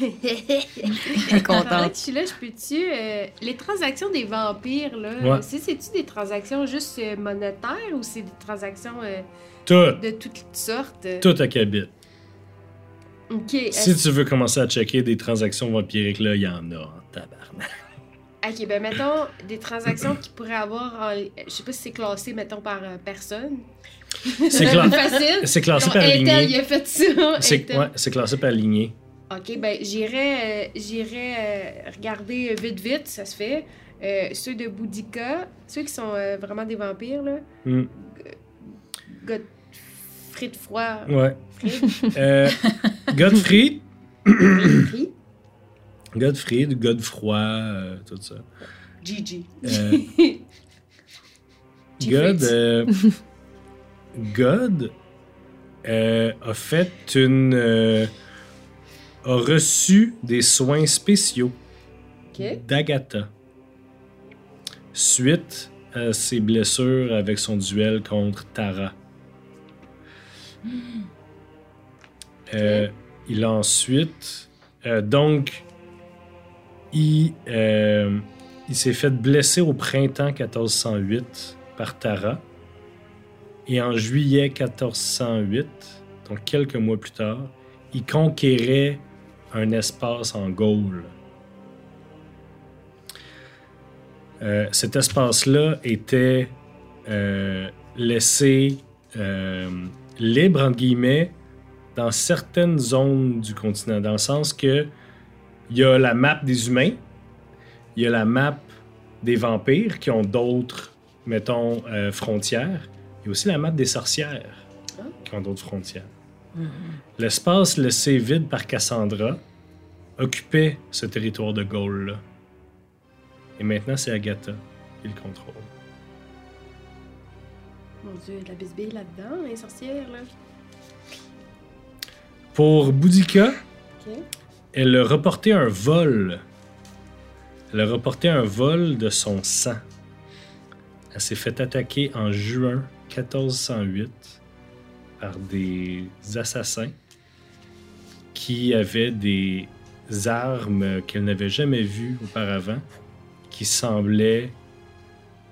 Pendant contente. que je suis là, je peux-tu. euh, les transactions des vampires, là. Ouais. c'est- C'est-tu des transactions juste euh, monétaires ou c'est des transactions euh, Tout, de toutes sortes? tout à cabine. Ok. Si est-ce- tu veux commencer à checker des transactions vampiriques, là, il y en a en tabarnak. Ok, ben mettons des transactions qui pourraient avoir. En... Je sais pas si c'est classé, mettons, par euh, personne. C'est cla- facile. c'est classé Genre, par Intel, il lignée. a fait ça. C'est Intel. ouais, c'est classé par lignée. Ok, ben j'irai euh, j'irai euh, regarder euh, vite vite, ça se fait. Euh, ceux de Boudica, ceux qui sont euh, vraiment des vampires là. Hmm. Godfried Froid. Ouais. Euh, Godfrey, Godfried. Godfrey, Godefroy, euh, tout ça. Gigi. Euh, God, euh, God euh, a fait une. euh, a reçu des soins spéciaux Ok. d'Agatha suite à ses blessures avec son duel contre Tara. Euh, Il a ensuite. euh, donc, il, euh, il s'est fait blesser au printemps 1408 par Tara. Et en juillet 1408, donc quelques mois plus tard, il conquérait un espace en Gaule. Euh, cet espace-là était euh, laissé euh, libre, entre guillemets, dans certaines zones du continent, dans le sens que il y a la map des humains, il y a la map des vampires qui ont d'autres, mettons, euh, frontières, il y a aussi la map des sorcières qui ont d'autres frontières. L'espace laissé vide par Cassandra occupait ce territoire de Gaule-là. Et maintenant, c'est Agatha qui le contrôle. Mon dieu, il y a de la bisbille là-dedans, les sorcières là. Pour Boudika, Ok. elle a reporté un vol. Elle a reporté un vol de son sang. Elle s'est fait attaquer en juin 1408 par des assassins qui avaient des armes qu'elle n'avait jamais vues auparavant, qui semblaient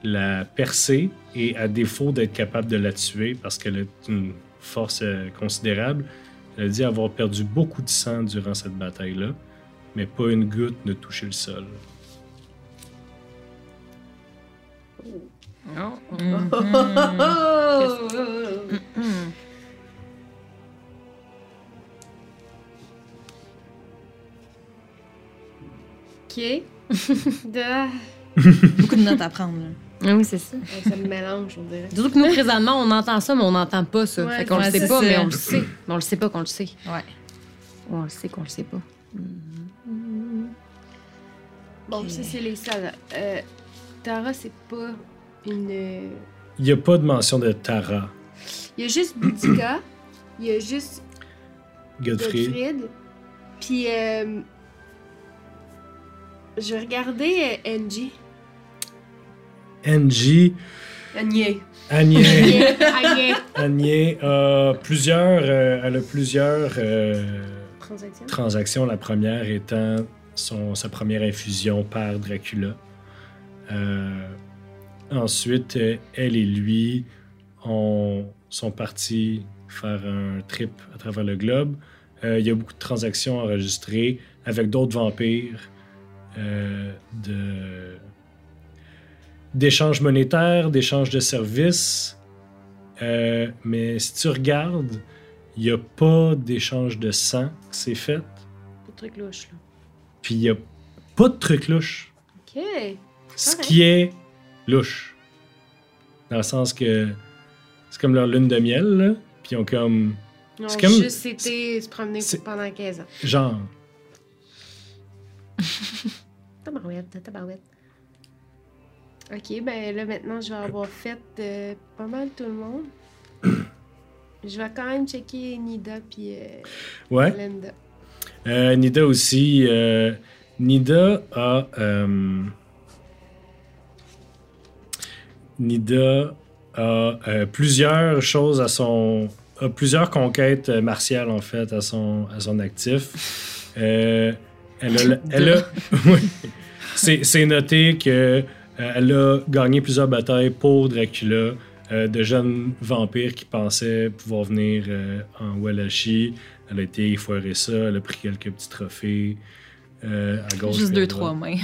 la percer et à défaut d'être capable de la tuer parce qu'elle est une force euh, considérable, elle a dit avoir perdu beaucoup de sang durant cette bataille-là, mais pas une goutte ne touchait le sol. Mhm. Oh! Mhm. Ok. De- Beaucoup de notes à prendre. là. Ah oui, c'est ça. Ouais, ça me mélange, on dirait. Surtout que nous, présentement, on entend ça, mais on n'entend pas ça. Ouais, fait qu'on ouais, le sait c'est pas, ça. mais on le sait. Mais on le sait pas qu'on le sait. Ouais. Ou on le sait qu'on le sait pas. Bon, Ok. ça c'est les salles. Euh, Tara, c'est pas une. euh, Il n'y a pas de mention de Tara, Il y a juste Boudica. Il y a juste Godfrey. Godfried. Puis, euh, je regardais euh, Angie. Angie, Agnès. Agnès. Agnès. Agnès a plusieurs, euh, elle a plusieurs euh, Transaction. transactions. La première étant son, sa première infusion par Dracula. Euh, ensuite, euh, elle et lui ont- sont partis faire un trip à travers le globe. Euh, il y a beaucoup de transactions enregistrées avec d'autres vampires euh, de- d'échanges monétaires, d'échanges de services. Euh, mais si tu regardes, il n'y a pas d'échange de sang qui s'est fait. Pas de truc louche, là. Puis il n'y a pas de truc louche. Ok. Ce Ouais. qui est louche. Dans le sens que c'est comme leur lune de miel, là. Puis ils ont comme. Ils ont C'est comme- juste été se promener c'est- pendant 15 ans. Genre. Tabarouette, hein, tabarouette. Ok, ben là maintenant je vais avoir fait euh, pas mal tout le monde. je vais quand même checker Nida puis euh, Ouais. Linda. Euh, Nida aussi, euh, Nida a. euh, Nida a euh, plusieurs choses à son. a plusieurs conquêtes euh, martiales, en fait, à son, à son actif. Euh, elle a. la- elle a- Oui. C'est c'est noté que. euh, elle a gagné plusieurs batailles pour Dracula, euh, de jeunes vampires qui pensaient pouvoir venir euh, en Wallachie. Elle a été foirée ça, elle a pris quelques petits trophées euh, à gauche. Juste puis à deux, droite. trois mains.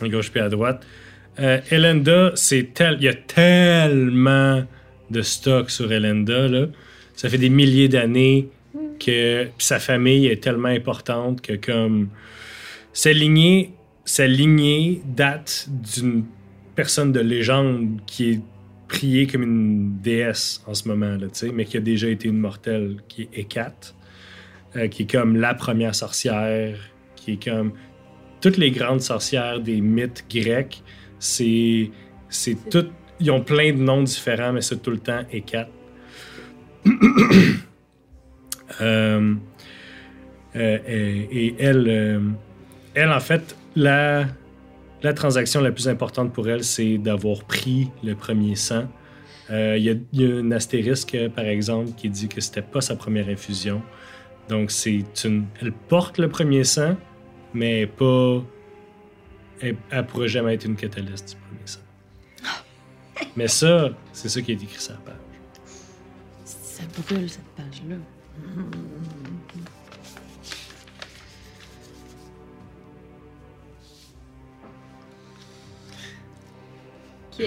À gauche puis à droite. Euh, Elenda, c'est tel... il y a tellement de stock sur Elenda. Là. Ça fait des milliers d'années que puis sa famille est tellement importante que comme sa lignée, sa lignée date d'une personne de légende qui est priée comme une déesse en ce moment, là, tu sais, mais qui a déjà été une mortelle, qui est Hécate, euh, qui est comme la première sorcière, qui est comme toutes les grandes sorcières des mythes grecs, c'est c'est toutes ils ont plein de noms différents mais c'est tout le temps Hécate. Euh, euh, et, et elle euh, elle en fait la la transaction la plus importante pour elle c'est d'avoir pris le premier sang. Euh, Il y, a- il y a une astérisque euh, par exemple qui dit que c'était pas sa première infusion. Donc c'est une elle porte le premier sang mais elle est pas. Elle, elle pourrait jamais être une catalyste du premier sang. Mais ça, c'est ça qui est écrit sur la page. Ça brûle cette page-là. Ok.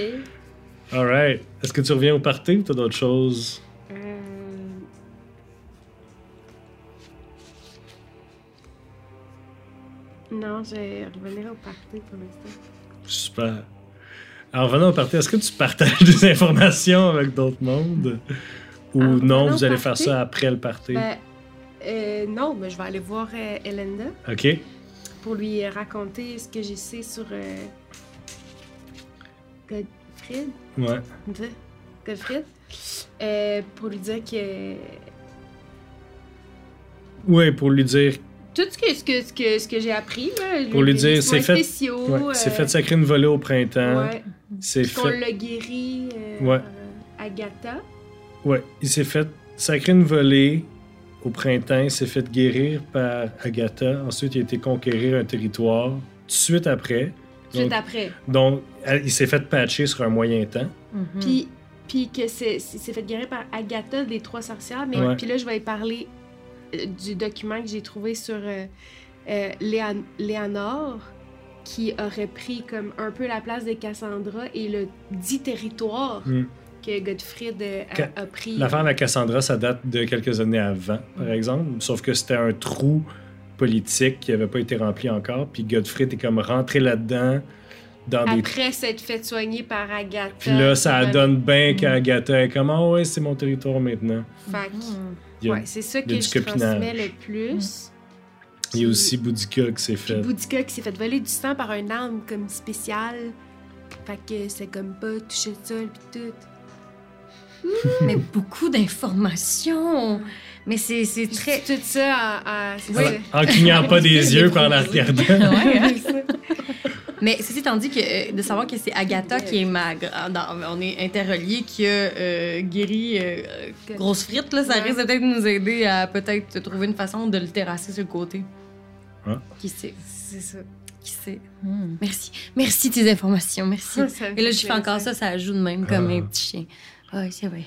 Alright. Est-ce que tu reviens au party ou t'as d'autres choses? Euh, Non, je revenir au party pour l'instant. Super. En revenant au party, est-ce que tu partages des informations avec d'autres mondes? Ou En non, revenant vous Euh, au allez party? faire ça après le party? Ben, euh, non, mais je vais aller voir euh, Elenda Ok. pour lui euh, raconter ce que je sais sur euh, Godfried. Ouais. de- Godfried. Euh, pour lui dire que Ouais, pour lui dire. tout ce que, ce que, ce que, ce que j'ai appris, là, Pour lui dire, c'est fait- spéciaux, Ouais. C'est euh, fait hein. sacrer une volée au printemps. ouais, C'est qu'on fait. l'a guéri euh, Ouais. euh, Agatha. Ouais, il s'est fait sacrer une volée au printemps, il s'est fait guérir par Agatha. Ensuite, il a été conquérir un territoire tout de suite après. Tout Donc- après. Donc, elle- il s'est fait patcher sur un moyen temps. Mhm. Puis, puis que c'est c'est- c'est fait guérir par Agatha des trois sorcières. Mais Ouais. puis là, je vais y parler euh, du document que j'ai trouvé sur euh, euh, Léan- Léanor, qui aurait pris comme un peu la place de Cassandra et le dit territoire Mm. que Godfried euh, a- Ca- a, pris. L'affaire avec Cassandra, ça date de quelques années avant, Mm. par exemple. Sauf que c'était un trou politique qui n'avait pas été rempli encore. Puis Godfrey est comme rentré là-dedans. Dans des... Après euh, s'être fait soigner par Agatha. Puis là, ça qui donne bien Mm. qu'Agatha est comme Ah ouais, c'est mon territoire maintenant. l'a- Fait que- Il y a, ouais, c'est ça y a que du je transmets copinage. le plus. il y a aussi Boudica qui s'est Puis Euh, fait. Boudica qui s'est fait voler du sang par un arme comme spéciale. Fait que c'est comme pas toucher le sol pis tout. Mais beaucoup d'informations. Mais c'est c'est Très... très. Tout ça à. à- c'est En- En clignant pas des yeux quand la regardant. Ouais, hein? ça. Mais ceci étant dit que euh, de savoir que c'est Agatha qui est mag, on est interreliés, qui a euh, guéri euh, euh, grosse frite, là, ça Ouais. risque de peut-être nous aider à peut-être trouver une façon de le terrasser sur le côté. Ouais. Qui sait, C'est ça. qui sait. Hmm. Merci, merci de tes informations, merci. Ça me Et là, fait je fais encore plaisir. ça, ça joue de même comme Ah. un petit chien. Oui, c'est vrai.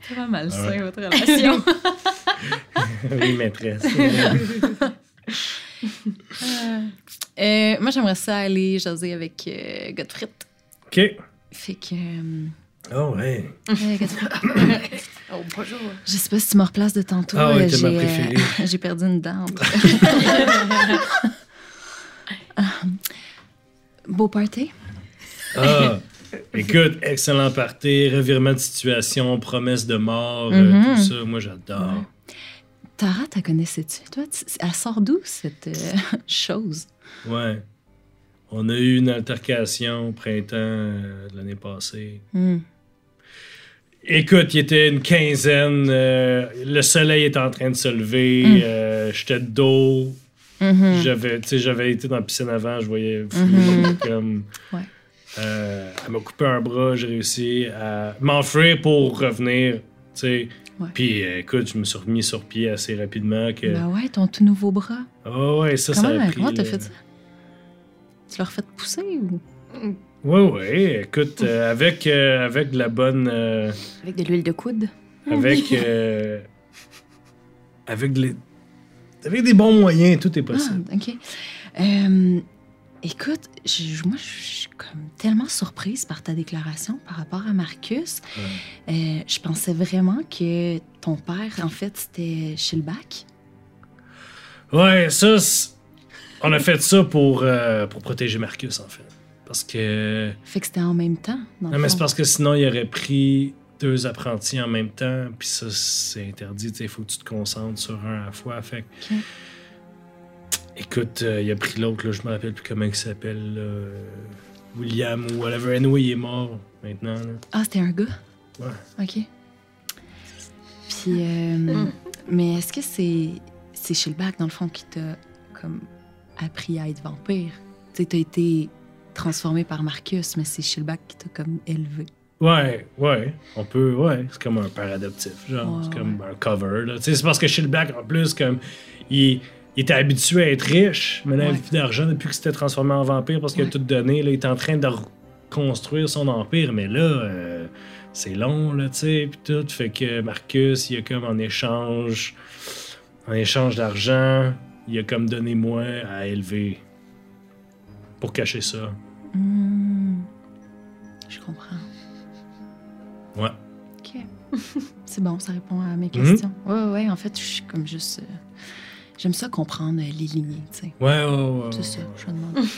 C'est vraiment malsain, Ah ouais. votre relation. Oui, maîtresse. Euh, moi, j'aimerais ça aller jaser avec euh, Gottfried. OK. Fait que. euh, Oh, ouais. euh, Gottfried, Oh, bonjour. je sais pas si tu me replaces de tantôt. Ah ouais, euh, t'es ma j'ai, euh, préférée. J'ai perdu une dent. Ah, Beau party. Ah, écoute, excellent parti, revirement de situation, promesse de mort, euh, Mhm. tout ça. Moi, j'adore. Tara, t'as connaissais-tu, toi? Tu- Elle sort d'où, cette euh, chose? Ouais. On a eu une altercation au printemps euh, de l'année passée. Hmm. Écoute, il était une quinzaine. euh, le soleil est en train de se lever. Mm. euh, J'étais de dos. Mhm. J'avais, tu sais, j'avais été dans la piscine avant, je voyais Mhm. comme. Ouais. euh, elle m'a coupé un bras, j'ai réussi à m'enfuir pour revenir, tu sais. Ouais. Puis euh, écoute, je me suis remis sur pied assez rapidement que. Ben ouais, ton tout nouveau bras. Ah ouais, ça, ça comment a pris. comment t'as là. fait ça? Tu l'as refait pousser ou? Ouais, ouais, écoute, euh, avec, euh, avec de la bonne. euh, Avec de l'huile de coude. avec. euh, avec, de l'é- avec des bons moyens, tout est possible. Ah, ok. Euh, écoute, je- moi, je suis comme tellement surprise par ta déclaration par rapport à Marcus. Euh, je pensais vraiment que ton père, en fait, c'était Shilback. Ouais, ça, c'est- on a fait ça pour, euh, pour protéger Marcus, en fait. Parce que. Fait que c'était en même temps. Dans Non, le mais c'est fond. parce que sinon, il aurait pris deux apprentis en même temps, puis ça, c'est interdit. Il faut que tu te concentres sur un à la fois. Fait que- Ok. Écoute, euh, il a pris l'autre, là, je me rappelle plus comment il s'appelle. là, euh, William ou whatever. Anyway, il est mort maintenant. là. Ah, c'était un gars? Ouais. OK. Puis, euh, mais est-ce que c'est c'est Shilback, dans le fond, qui t'a comme appris à être vampire? Tu sais, t'as été transformé par Marcus, mais c'est Shilback qui t'a comme élevé. Ouais, ouais, on peut, ouais, c'est comme un père adoptif, genre, Ouais, c'est comme un cover, là. Tu sais, c'est parce que chez le Black, en plus, comme, il, il était habitué à être riche, mais là, il Ouais. a plus d'argent depuis qu'il s'était transformé en vampire parce qu'il Ouais. a tout donné, là, il est en train de reconstruire son empire, mais là, euh, c'est long, là, tu sais, puis tout, fait que Marcus, il a comme en échange, en échange d'argent, il a comme donné moins à élever pour cacher ça. Hmm. Je comprends. Ouais. OK. c'est bon, ça répond à mes Mhm. questions. Ouais, ouais, ouais, en fait, je suis comme juste... euh, J'aime ça comprendre euh, les lignées, tu sais. Ouais, ouais, ouais, ouais. C'est ça, ouais. je me demande.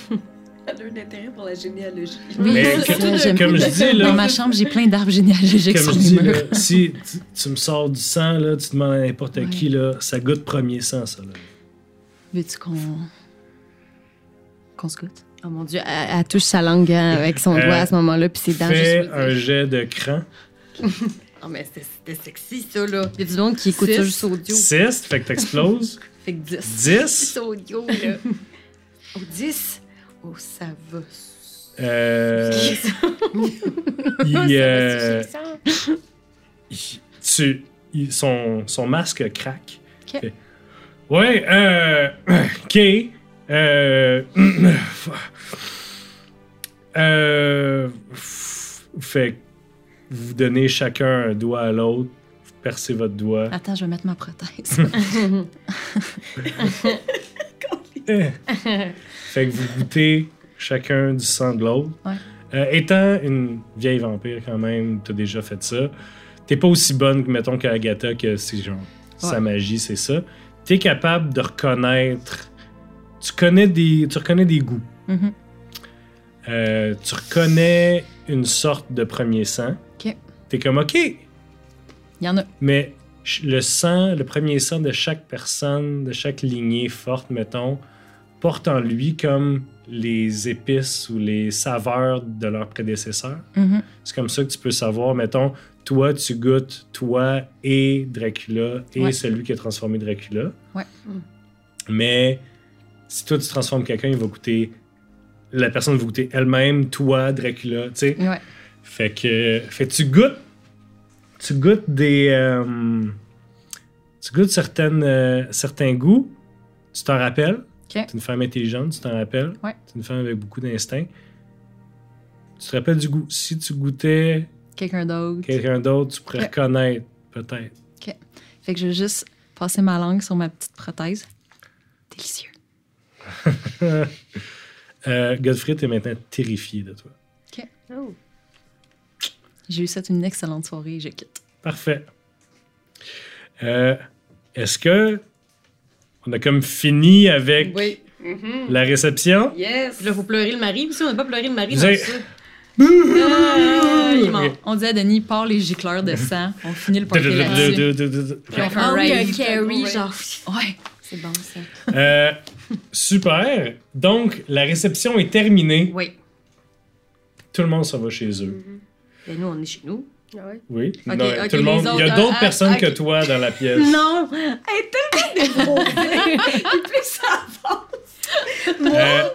Elle a un intérêt pour la généalogie. Mais c'est que- ça, j'aime comme plus je le- dis, là- Dans ma chambre, j'ai plein d'arbres généalogiques Comme sur je les dis, murs. là, si tu, tu me sors du sang, là, tu demandes à n'importe Ouais. qui, là, ça goûte premier sang, ça. là. Veux-tu qu'on. qu'on se goûte? Oh mon Dieu, elle, elle touche sa langue hein, avec son Euh, doigt à ce moment-là, puis c'est dangereux. Fais un jet de cran. Non, mais c'était- c'était sexy, ça, là. Il y a du monde qui écoute ça Six. juste audio. 6, fait que t'exploses. Fait que 10. 10, audio, là. oh, 10. Oh, ça va. euh, il, euh, il- tu- il- son, son masque craque. Ok. Fait, Ouais, euh, ok. Euh, euh, fait que vous donnez chacun un doigt à l'autre, vous percez votre doigt. Attends, je vais mettre ma prothèse. Eh. fait que vous goûtez chacun du sang de l'autre. Ouais. Euh, étant une vieille vampire quand même, t'as déjà fait ça. T'es pas aussi bonne que mettons qu'Agatha que c'est genre sa Ouais. magie, c'est ça. T'es capable de reconnaître. Tu connais des. Tu reconnais des goûts. Mhm. Euh, tu reconnais une sorte de premier sang. Ok. T'es comme OK, Il y en a. mais ch- le sang, le premier sang de chaque personne, de chaque lignée forte, mettons, porte en lui comme les épices ou les saveurs de leurs prédécesseurs. Mhm. C'est comme ça que tu peux savoir, mettons, toi, tu goûtes toi et Dracula et Ouais. celui qui a transformé Dracula. Mm. Ouais. Mais si toi, tu transformes quelqu'un, il va goûter. La personne va goûter elle-même, toi, Dracula, tu sais. Ouais. Fait que, fait que tu goûtes. Tu goûtes des. euh, tu goûtes certaines, euh, certains goûts. Tu t'en rappelles. Tu es une femme intelligente, tu t'en rappelles. Ouais. Tu es une femme avec beaucoup d'instinct. Tu te rappelles du goût. Si tu goûtais Quelqu'un d'autre. quelqu'un d'autre, tu pourrais Ouais. reconnaître, peut-être. Fait que je vais juste passer ma langue sur ma petite prothèse. Délicieux. Euh, Godfrey, t'es maintenant terrifié de toi. J'ai eu ça une excellente soirée et je quitte. Parfait. Euh, Est-ce que on a comme fini avec Oui. Mhm. la réception? Yes. Puis là, faut pleurer le mari. Puis si on n'a pas pleuré le mari, Vous dans avez- Euh, ça. Ok. il ment. On dit à Denis, part les gicleurs de sang. On finit le party là-dessus. Puis on fait Ah un oui, rave. un Carrie, genre. Ouais. C'est bon, ça. Euh, super. Donc, la réception est terminée. Oui. Tout le monde s'en va chez eux. Ben, nous, on est chez nous. Ah ouais? Oui. Ok, Non, ok, tout le les monde. Il y a autres, d'autres ah, personnes ok. que toi dans la pièce. Non! Elle est tellement débrouillée! Puis plus ça Euh,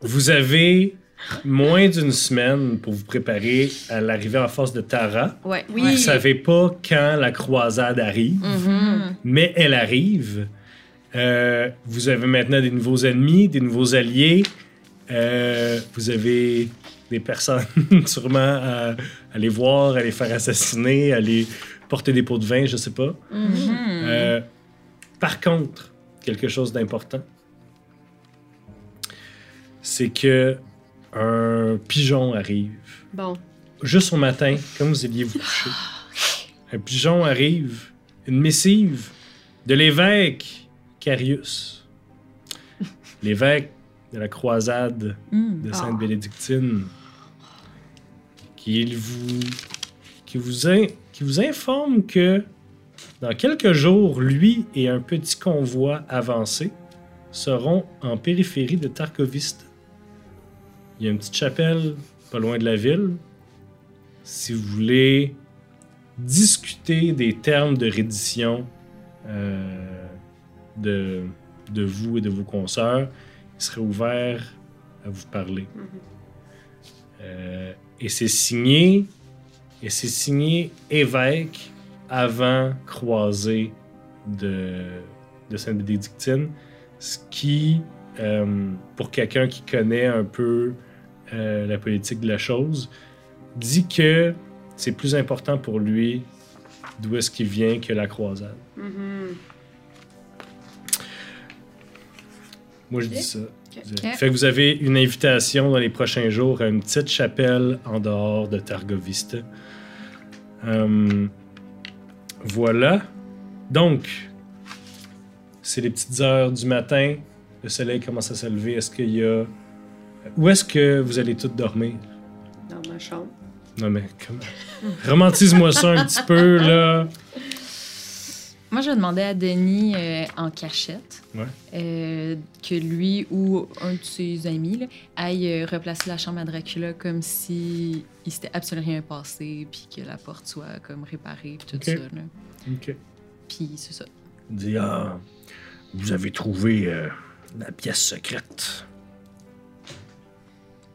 vous avez moins d'une semaine pour vous préparer à l'arrivée en force de Tara. Ouais. Vous Oui. savez pas quand la croisade arrive, mais elle arrive. Euh, vous avez maintenant des nouveaux ennemis, des nouveaux alliés. Euh, vous avez des personnes sûrement à, à les voir, à les faire assassiner, à les porter des pots de vin, je sais pas. Hmm. Euh, par contre, quelque chose d'important, c'est que un pigeon arrive Bon. juste au matin, comme vous alliez vous coucher, un pigeon arrive, une missive de l'évêque Carius, l'évêque de la croisade Hmm. de Sainte-Bénédictine, qui il vous, qui, vous in- qui vous informe que dans quelques jours, lui et un petit convoi avancé seront en périphérie de Tarkoviste. Il y a une petite chapelle pas loin de la ville si vous voulez discuter des termes de reddition euh, de, de vous et de vos consoeurs, il serait ouvert à vous parler. Euh, et c'est signé, et c'est signé évêque avant croisé de, de Sainte-Bénédictine, ce qui, euh, pour quelqu'un qui connaît un peu euh, la politique de la chose, dit que c'est plus important pour lui d'où est-ce qu'il vient que la croisade. Mhm. Moi, je dis ça. Vous avez- Fait que vous avez une invitation dans les prochains jours à une petite chapelle en dehors de Targoviste. Hum, voilà. Donc, c'est les petites heures du matin. Le soleil commence à se lever. Est-ce qu'il y a... Où est-ce que vous allez toutes dormir? Dans ma chambre. Non, mais comment? Romantise-moi ça un petit peu, là. Moi, je demandais à Denis euh, en cachette Ouais. euh, que lui ou un de ses amis là, aille euh, replacer la chambre à Dracula comme si il s'était absolument rien passé, puis que la porte soit comme réparée, puis tout Ok. ça. là. OK. Puis c'est ça. Il dit Ah, vous avez trouvé euh, la pièce secrète.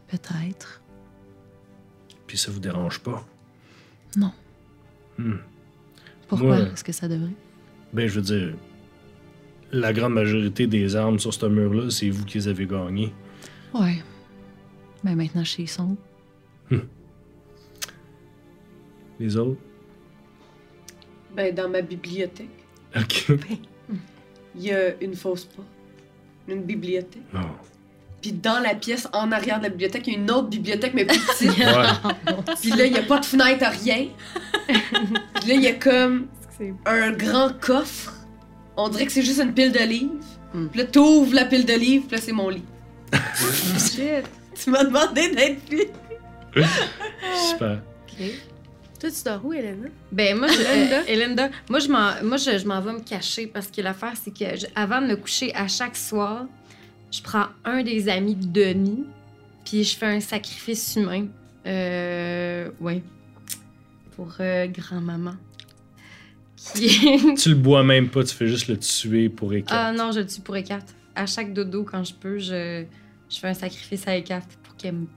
Peut-être. Puis ça vous dérange pas. Non. Hmm. Pourquoi Ouais. est-ce que ça devrait? Ben, je veux dire, la grande majorité des armes sur ce mur-là, c'est vous qui les avez gagnées. Ouais. Mais maintenant, chez son. Les autres Ben, dans ma bibliothèque, Ok. il y a une fausse porte. Une bibliothèque. Non. Puis dans la pièce en arrière de la bibliothèque, il y a une autre bibliothèque, mais plus petite. Ouais. Puis là, il n'y a pas de fenêtre, rien. Puis là, il y a comme un grand coffre. On dirait que c'est juste une pile de livres. Puis là, t'ouvres la pile de livres, puis là, c'est mon lit. Shit. Tu m'as demandé d'être lui. Super. Toi, tu dors où, Elena? Ben moi, je, Elenda? euh, Elenda, moi je m'en, moi je, je m'en vais me cacher parce que l'affaire c'est que je- avant de me coucher à chaque soir, je prends un des amis de Denis, puis je fais un sacrifice humain. Euh, ouais. Pour euh, grand-maman. Qui est- Tu le bois même pas, tu fais juste le tuer pour écarter. ah non, je le tue pour Ecarte. À chaque dodo quand je peux, je, je fais un sacrifice à Ecarte pour qu'elle me-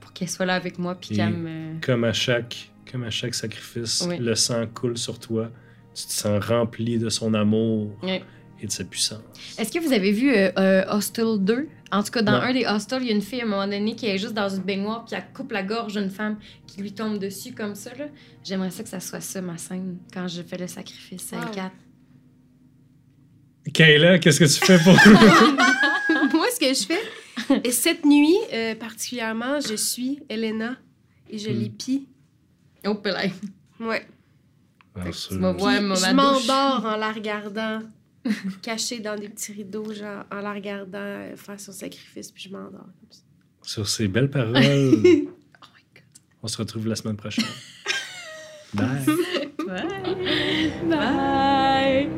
pour qu'elle soit là avec moi puis Et- qu'elle me Comme à chaque, comme à chaque sacrifice, Oui. le sang coule sur toi. Tu te sens rempli de son amour Oui. et de sa puissance. Est-ce que vous avez vu euh, euh, Hostel 2? En tout cas, dans Non. un des hostels, il y a une fille à un moment donné qui est juste dans une baignoire puis elle coupe la gorge d'une femme qui lui tombe dessus comme ça. là. J'aimerais ça que ça soit ça, ma scène, quand je fais le sacrifice à Wow. Ecarte. Kayla, qu'est-ce que tu fais pour Moi, ce que je fais, et cette nuit euh, particulièrement, je suis Elena et je Hmm. Mm. l'épie. Oh, pélin. Ouais. Alors, Tu ça, vas voir Puis ma je ma douche. m'endors en la regardant, cachée dans des petits rideaux, genre en la regardant euh, faire son sacrifice, puis je m'endors comme ça. Sur ces belles paroles, on se retrouve la semaine prochaine. Bye. Bye!